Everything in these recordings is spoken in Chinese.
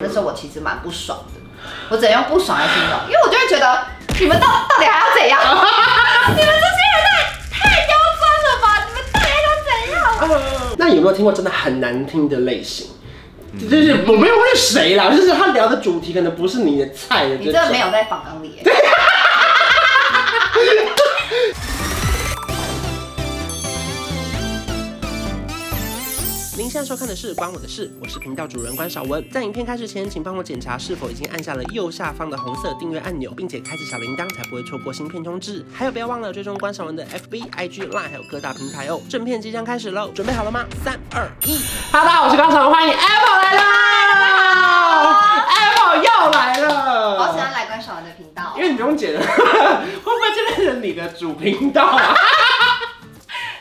那时候我其实蛮不爽的，我怎样不爽来形容？因为我就会觉得你们到到底还要怎 样？你们这些人太太刁钻了吧？你们到底还要怎样？啊 那有没有听过真的很难听的类型？就是我没有问谁啦，就是他聊的主题可能不是你的菜 的你这真种的没有在访纲里耶。您现在收看的是《关我的事》，我是频道主人关少文。在影片开始前，请帮我检查是否已经按下了右下方的红色订阅按钮，并且开启小铃铛，才不会错过新片通知。还有，不要忘了追踪关少文的 FB、IG、Line，还有各大平台哦。正片即将开始喽，准备好了吗？三、二、一哈喽，大家好，我是关少文，欢迎 Apple 来啦！Apple 又来了，好喜欢来观赏我的频道因，为你不用剪 了，会不会这变成你的主频道啊？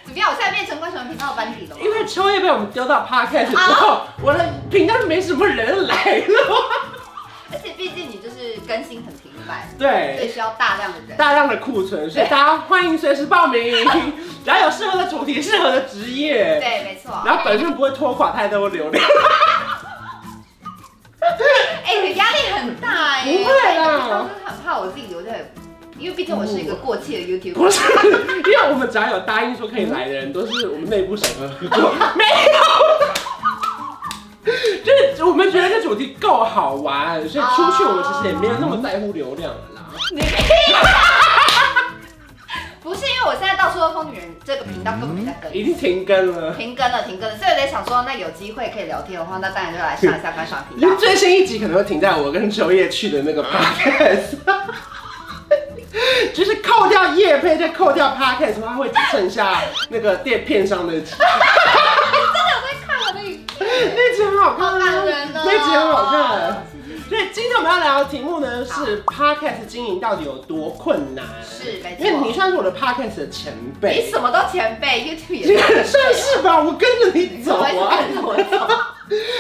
怎么样？我现在变成观赏频道班底了吗因？为秋叶被我们丢到 podcast 之后，我的频道没什么人来了。而且毕竟你就是更新很频繁，所以对，需要大量的人。大量的库存，所以大家欢迎随时报名。然后有适合的主题、适合的职业，对，没错。然后本身不会拖垮太多流量。 哎、你压力很大哎、不会啦我当时很怕我自己留在，因为毕竟我是一个过气的 YouTube。不是，因为我们只要有答应说可以来的人，都是我们内部审核过，没有。 就是我们觉得这主题够好玩，所以出去我们其实也没有那么在乎流量了啦。你屁不是因为我现在到处都疯女人这个频道根本没在已更，经停更了。停更了，停更了，所以我在想说，那有机会可以聊天的话，那当然就来上一下观赏频 因道为。最新一集可能会停在我跟秋叶去的那个啊 podcast，就是扣掉叶配，再扣掉 podcast，它会只剩下那个电片 上的集，我在看我的影片，那集很好看好啊，感人哦那集很好看。所以今天我们要聊的题目呢是 podcast 经营到底有多困难？是没错因为你算是我的 podcast 的前你辈，什么都前辈，YouTube 也 是前辈算是吧，我跟着你走我还是啊。跟着我走。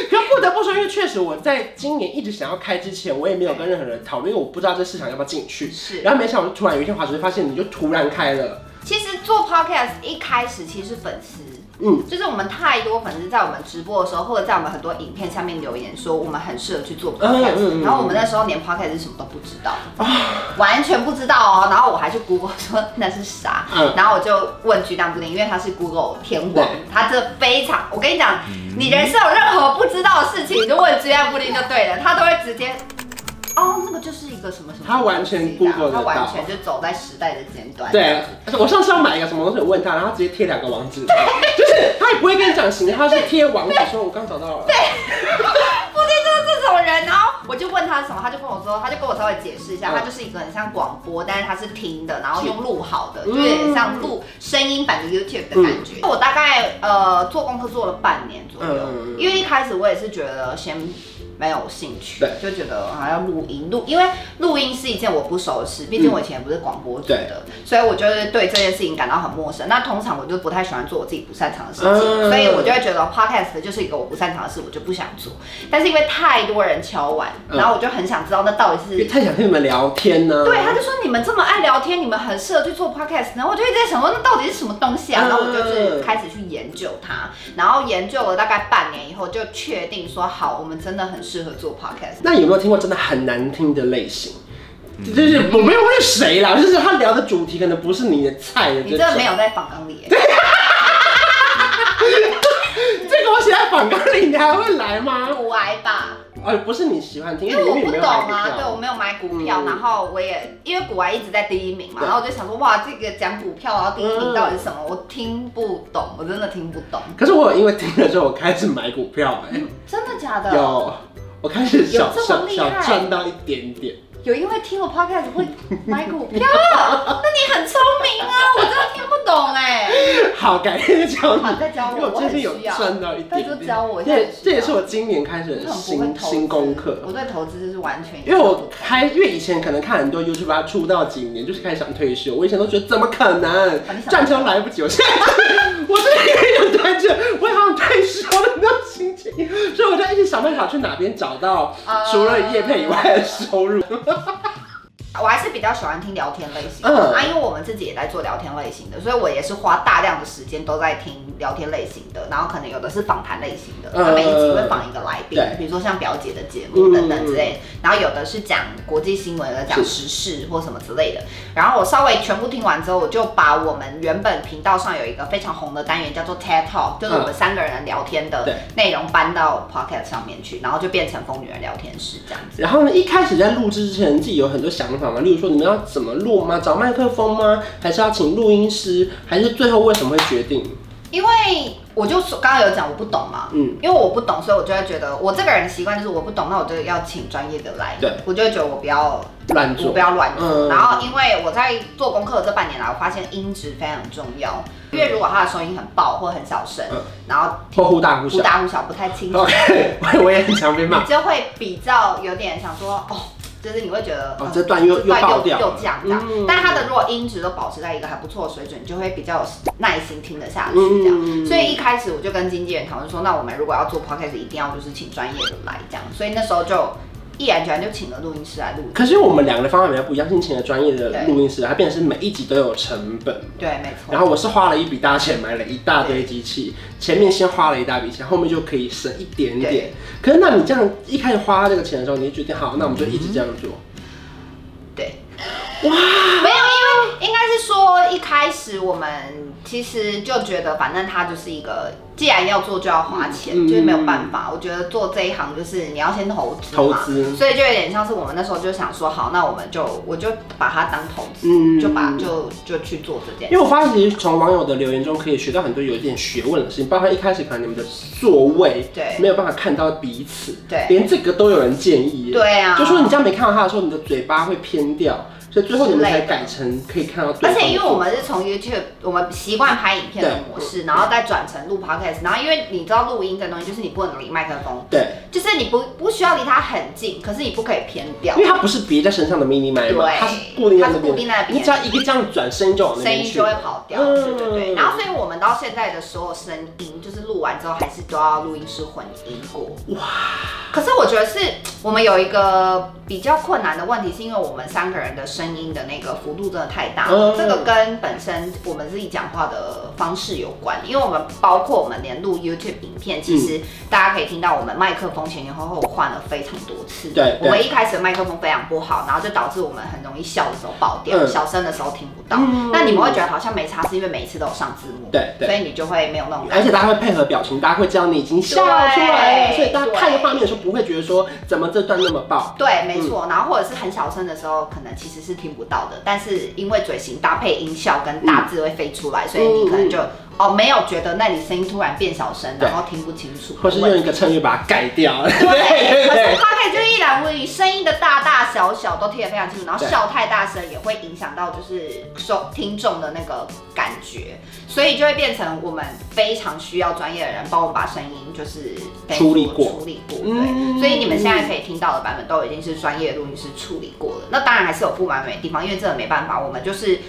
可不得不说，因为确实我在今年一直想要开之前，我也没有跟任何人讨论，因为我不知道这市场要不要进去。是然后没想到突然有一天，华主就发现你就突然开了，其实做 Podcast 一开始其实是粉丝。嗯，就是我们太多粉丝在我们直播的时候，或者在我们很多影片下面留言说我们很适合去做 podcast，、嗯嗯嗯啊然后我们那时候连 podcast 是什么都不知道，完全不知道哦。然后我还去 Google 说那是啥，嗯然后我就问巨蛋布丁，因为他是 Google 天王对，嗯他这非常，我跟你讲，你人生有任何不知道的事情，你就问巨蛋布丁就对了，他都会直接。哦，那个就是一个什么什么，他完全 Google 得他到完全就走在时代的尖端。对。我上次要买一个什么东西，我问他，然后他直接贴两个网址，就是他也不会跟你讲型，他是贴网址说我刚找到了。布丁就是这种人，然后我就问他什么，他就跟我说，他就跟我稍微解释一下，嗯他就是一个很像广播，但是他是听的，然后用录好的，嗯就是很像录声音版的 YouTube 的感觉。我大概呃做功课做了半年左右，嗯嗯嗯因为一开始我也是觉得先。没有兴趣对，就觉得好像录音录，因为录音是一件我不熟的事，毕嗯竟我以前也不是广播组的，所以我就是对这件事情感到很陌生。那通常我就不太喜欢做我自己不擅长的事情，嗯所以我就会觉得 podcast 就是一个我不擅长的事，我就不想做。但是因为太多人敲碗，嗯然后我就很想知道那到底因为是。太想跟你们聊天呢、对，他就说你们这么爱聊天，你们很适合去做 podcast，然后我就一直在想说那到底是什么东西啊？嗯然后我就是开始去研究它，然后研究了大概半年以后，就确定说好，我们真的很适合做 podcast。那有没有听过真的很难听的类型？就是我没有问谁啦，就是他聊的主题可能不是你的菜的这你种。真的没有在访纲里耶，这个我写在反纲里，你还会来吗？不挨吧？呃，不是你喜欢听，因为我你不没有懂买股啊，对票我没有买股票，嗯然后我也因为股癌一直在第一名嘛，对嗯然后我就想说哇，这个讲股票然啊后第一名到底是什么？我听不懂，我真的听不懂，可是我有因为听了之后，我开始买股票、哎，真的假的？有，我开始小嗯有这么小厉害小赚到一点点。有因为听我 podcast 会买股票， 那你很聪明啊，我真的听不懂哎。好，改天再教你。好再教我因为我最近有我很需要赚到一点但点。是教我现在这很需要这也是我今年开始我的很不会 新投资新功课。我对投资是完全一因为窍我不通开，因为以前可能看很多 YouTube，他出道几年就是开始想退休，我以前都觉得怎么可能啊你，想赚钱都来不及。我现在我这个有待着，我也好想退休的那种心情，所以我就一直想办法去哪边找到啊除了业配以外的收入。我还是比较喜欢听聊天类型，嗯啊，因为我们自己也在做聊天类型的，所以我也是花大量的时间都在听聊天类型的，然后可能有的是访谈类型的，嗯它每一集会访一个来宾对，比如说像表姐的节目等等之类的，然后有的是讲国际新闻的，讲时事或什么之类的。然后我稍微全部听完之后，我就把我们原本频道上有一个非常红的单元叫做 TED Talk，就是我们三个人聊天嗯对的内容搬到 Pocket 上面去，然后就变成疯女人聊天室这样子。然后呢，一开始在录制之前，自己有很多想法嘛，例如说你们要怎么录吗？找麦克风吗？还是要请录音师？还是最后为什么会决定？因为我就说刚刚有讲我不懂嘛，嗯嗯，因为我不懂，所以我就会觉得我这个人的习惯就是我不懂，那我就要请专业的来，对我就会觉得我不要乱我做不，要乱做。嗯然后因为我在做功课这半年来，啊我发现音质非常重要，因为如果它的收音很爆或很小声，嗯然后或忽大忽忽小。大忽小不太清楚， OK，我 我也很常被骂你。就会比较有点想说哦。就是你会觉得哦呃这段又段又爆又掉又降这样嗯，但它的如果音质都保持在一个还不错的水准，你就会比较有耐心听得下去这样。嗯，所以一开始我就跟经纪人讨论说，那我们如果要做 podcast，一定要就是请专业的来这样。所以那时候就毅然决然就请了录音师来录。可是我们两个的方法比较不一样，是请了专业的对录音师，它变成是每一集都有成本。对，没错。然后我是花了一笔大钱买了一大堆机器，前面先花了一大笔钱，后面就可以省一点点对。可是那你这样一开始花这个钱的时候，你就决定好，那我们就一直这样做。对，哇，没有，因为应该是说一开始我们其实就觉得，反正它就是一个，既然要做就要花钱，嗯就是没有办法。我觉得做这一行就是你要先投资嘛，投资所以就有点像是我们那时候就想说，好，那我们就我就把它当投资，嗯就把就就去做这件因为我发现，其实从网友的留言中可以学到很多有一点学问的事情，包括一开始可能你们的座位对没有办法看到彼此，对连这个都有人建议耶，对啊就说你这样没看到他的时候，你的嘴巴会偏掉，所以最后你们之才类的改成可以看到对方而的座位。且因为我们是从 YouTube，我们习惯拍影片的模式，然后再转成录 Podcast，然后因为你知道录音这东西就是你不能离麦克风，对，就是你不不需要离它很近，可是你不可以偏掉因为，它不是别在身上的 mini mic 嘛，对它是固定在它那是固定在那边，边你只要一个这样转，声音就往那声边音去就。会跑掉。嗯对对对。然后所以我们到现在的所有声音，就是录完之后还是都要录音师混音过。哇！可是我觉得是我们有一个比较困难的问题，是因为我们三个人的声音的那个幅度真的太大了，嗯这个跟本身我们自己讲话的方式有关。因为我们包括我们连录 YouTube 影片，其嗯实大家可以听到我们麦克风前前后后换了非常多次。对对我们一开始的麦克风非常不好，然后就导致我们很容易笑的时候爆掉，嗯小声的时候听不到。嗯那你们会觉得好像没差，是因为每一次都有上字幕，对对所以你就会没有那种感而觉。且大家会配合表情，大家会知道你已经笑出来了，对所以大家看着对画面的时候不会觉得说怎么这段那么爆。对，没错。然后或者是很小声的时候，可能其实是听不到的，但是因为嘴型搭配音效跟大字会飞出来，嗯所以你可能就哦没有觉得那里声音突然变小声，对然后听不清楚，或是用一个成语把它盖掉。对对， 对可对是。花可以就一览无余，声音的大大小小都听得非常清楚，然后对笑太大声也会影响到就是收听众的那个感觉，所以就会变成我们非常需要专业的人帮我们把声音就是处理过处理过，对，嗯所以你们现在可以听到的版本都已经是专业录音师处理过了，那当然还是有不完美的地方，因为这个没办法，我们就是。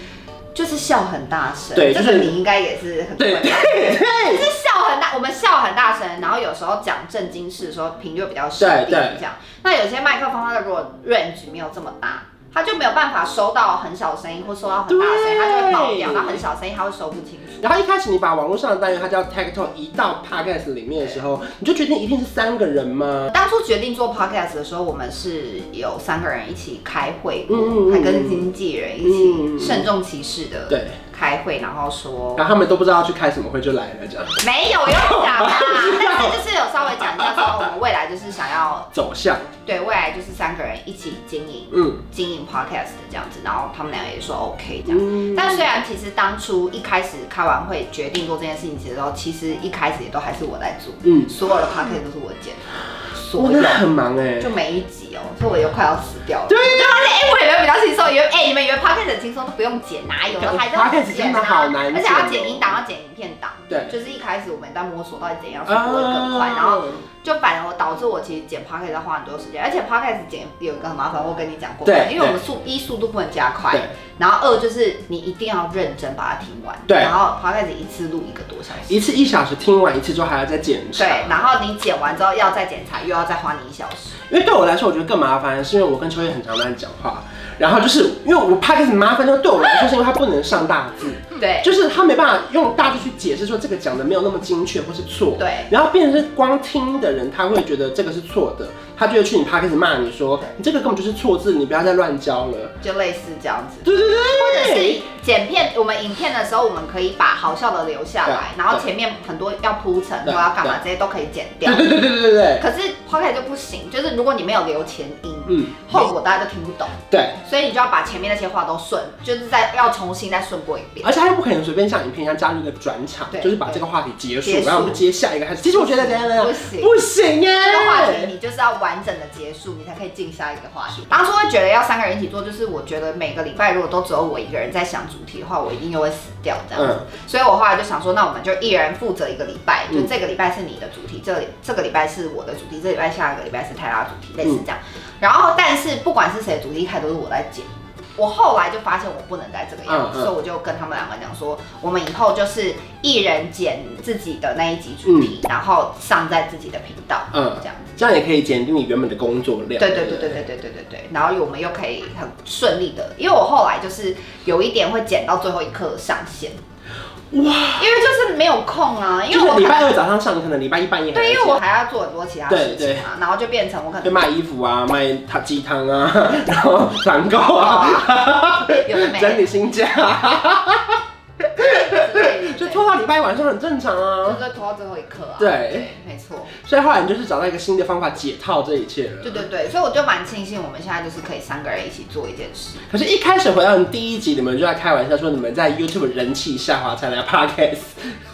就是笑很大声，对这就个是你应该也是很对困扰就是笑很大，我们笑很大声，然后有时候讲正经事的时候频率比较小一对对点这样。那有些麦克风它的如果 range 没有这么大，它就没有办法收到很小声音或收到很大声音，它就会跑掉，对然后很小声音它会收不清楚。然后一开始你把网络上的单元它叫 Tag Talk 移到 Podcast 里面的时候，你就决定一定是三个人吗？当初决定做 podcast 的时候，我们是有三个人一起开会过，嗯嗯嗯还跟经纪人一嗯嗯嗯起慎重其事的对，开会，然后 说然后他们都不知道去开什么会就来了，这样没有要讲啊，但是就是有稍微讲一下说我们未来就是想要走向，对未来就是三个人一起经营嗯经营 podcast 这样子，然后他们两个也说 OK 这样。嗯，但虽然其实当初一开始开完会决定做这件事情的时候，其实一开始也都还是我在做，嗯，所有的 podcast 都是我剪的，所哇，有那很忙哎就，每一集哦，所以我又快要死掉了。啊对，就发现哎，我以为比较轻松，以为哎、你们以为 podcast 很轻松都不用剪，哪有？对还是要 podcast 真剪的啊，好难剪哦而且要剪音档，要剪影片档。对啊就是一开始我们在摸索到底怎样是不会更快，然后就反而我导致我其实剪 podcast 要花很多时间，而且 podcast 剪有一个很麻烦，我跟你讲过，对因为我们速一速度不能加快对，然后二就是你一定要认真把它听完，对然后 podcast 一次录一个多小时。一次一小时听完一次之后还要再检查，对，然后你剪完之后要再检查，又要再花你一小时。因为对我来说，我觉得更麻烦，是因为我跟秋叶很常在讲话，然后就是因为我怕开始麻烦，就对我来说是因为他不能上大字，对，就是他没办法用大字去解释说这个讲的没有那么精确或是错，对然后变成是光听的人，他会觉得这个是错的，他就会去你 p 开始骂你说你这个根本就是错字，你不要再乱教了，就类似这样子。对对对，或者是剪片，我们影片的时候，我们可以把好笑的留下来，对然后前面很多要铺陈或对要干嘛这些都可以剪掉。对对对对对对，可是 p o c k e t 就不行，就是如果你没有留前音，嗯，后果大家就听不懂，对。所以你就要把前面那些话都顺，就是再要重新再顺过一遍。而且他又不可能随便像影片一样加入一个转场，对就是把这个话题结束结，束然后我们接下一个开始。其实我觉得这样这样不行不行耶，这个话题你就是要完整的结束，你才可以进下一个话题。当初会觉得要三个人一起做，就是我觉得每个礼拜如果都只有我一个人在想主题的话，我一定又会死掉这嗯样子。所以我后来就想说，那我们就一人负责一个礼拜，就嗯这个礼拜是你的主题，这里这个礼拜是我的主题，这礼拜下一个礼拜是泰拉的主题，类似这样。嗯然后，但是不管是谁的主题，一开始都是我在剪。我后来就发现我不能再这个样子，嗯嗯所以我就跟他们两个讲说，我们以后就是一人剪自己的那一集主题，然后上在自己的频道，嗯这样子。这样也可以减低你原本的工作量。对对对对对对对对对，然后我们又可以很顺利的，因为我后来就是有一点会剪到最后一刻上线，对，哇，因为就是没有空啊，因就为我可是礼能拜二早上上，可能礼拜一半夜还对，在因为我还要做很多其他事对情对啊，然后就变成我可就能卖衣服啊，卖他鸡汤啊， 然后团购啊， 有的没整的理新家啊，之类的，就对拖到礼拜一晚上很正常啊。就是拖到最后一刻啊，对，没错，所以后来你就是找到一个新的方法解套这一切了。对对对，所以我就蛮庆幸我们现在就是可以三个人一起做一件事，可是，一开始回到你第一集，你们就在开玩笑说你们在 YouTube 人气下滑才来 Podcast，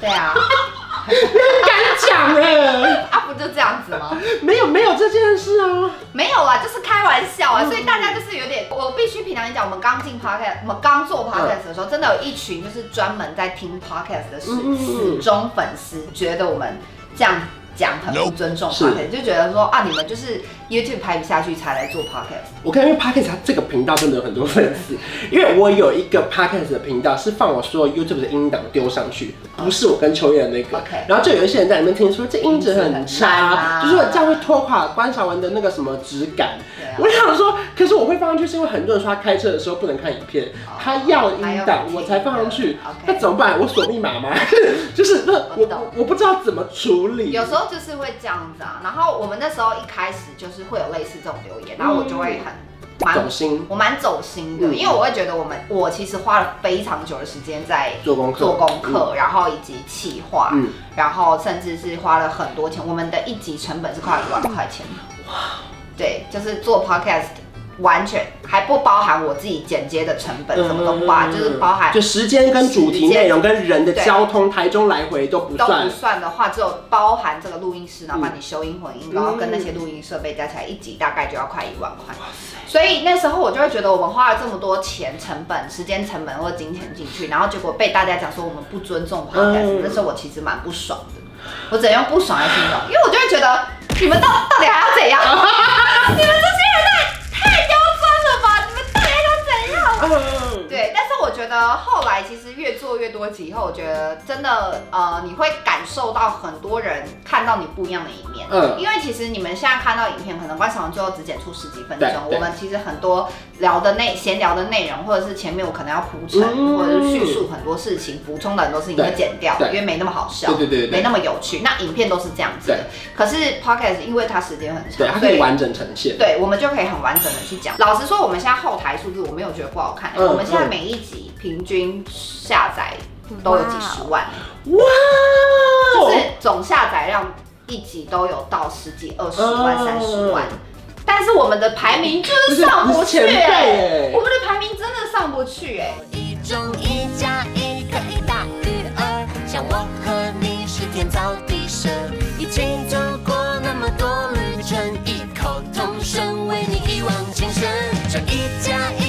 对啊， 敢 讲哎，啊不就这样子吗？没有没有这件事啊，没有啊，就是开玩笑嗯啊，所以大家就是有点，我必须平常讲，我们刚进 podcast，我们刚嗯做 podcast 的时候，真的有一群就是专门在听 podcast 的死嗯嗯嗯死忠粉丝，觉得我们这样讲很不尊重是 podcast，就觉得说啊，你们就是 YouTube 拍不下去才来做 podcast，我看因为 Podcast 它这个频道真的有很多粉丝，因为我有一个 Podcast 的频道是放我所有 YouTube 的音档丢上去，不是我跟秋叶的那个 OK 然后就有一些人在里面听说这音质很音质很烂差，啊就说这样会拖垮关晓雯的那个什么质感。对啊我想说，可是我会放上去是因为很多人说他开车的时候不能看影片，哦他要音档还有我才放上去 OK，那怎么办？我锁密码吗？ 就是那我我懂我不知道怎么处理。有时候就是会这样子啊。然后我们那时候一开始就是会有类似这种留言，然后我就会很嗯蛮走心我蛮走心的，嗯因为我会觉得我们我其实花了非常久的时间在做功课，做功课，然后以及企划，嗯，然后甚至是花了很多钱。我们的一集成本是快一万块钱。对，就是做 podcast 完全还不包含我自己剪接的成本，嗯什么都不包含，就是包含就时间跟主题内容跟人的对交通，台中来回都不都算不。算的话，只有包含这个录音师，然后帮你修音、混音，然后嗯跟那些录音设备加起来，一集大概就要快一万块。所以那时候我就会觉得，我们花了这么多钱、成本、时间成本或金钱进去，然后结果被大家讲说我们不尊重 podcast，、嗯那时候我其实蛮不爽的。我只能用不爽来形容，因为我就会觉得你们到到底还要 怎样？你们这些人太太刁钻了吧？你们到底还要怎样？嗯，对，但是我觉得后来其实越做越多集以后，我觉得真的呃，你会感受到很多人看到你不一样的一面。嗯因为其实你们现在看到影片，可能观赏最后只剪出十几分对钟，对我们其实很多聊的内闲聊的内容，或者是前面我可能要铺陈，嗯或者是叙述很多事情，补充的很多事情对会剪掉，对因为没那么好笑。对对对没对那么有趣，那影片都是这样子的。可是 podcast 因为它时间很对，长，它所可以以完整呈现。对，我们就可以很完整的去讲。老实说，我们现在后台数字我没有觉得不好看、嗯我们现在每一集平均下载都有几十万，哇就哦，是总下载量一集都有到十几、二十万、嗯三十万。但是我们的排名就是上不去、不是前辈哎哎我们的排名真的上不去哎、一中一加一可以大于二，像我和你是天造地设，一起走过那么多旅程，异口同声为你一往情深。这一加一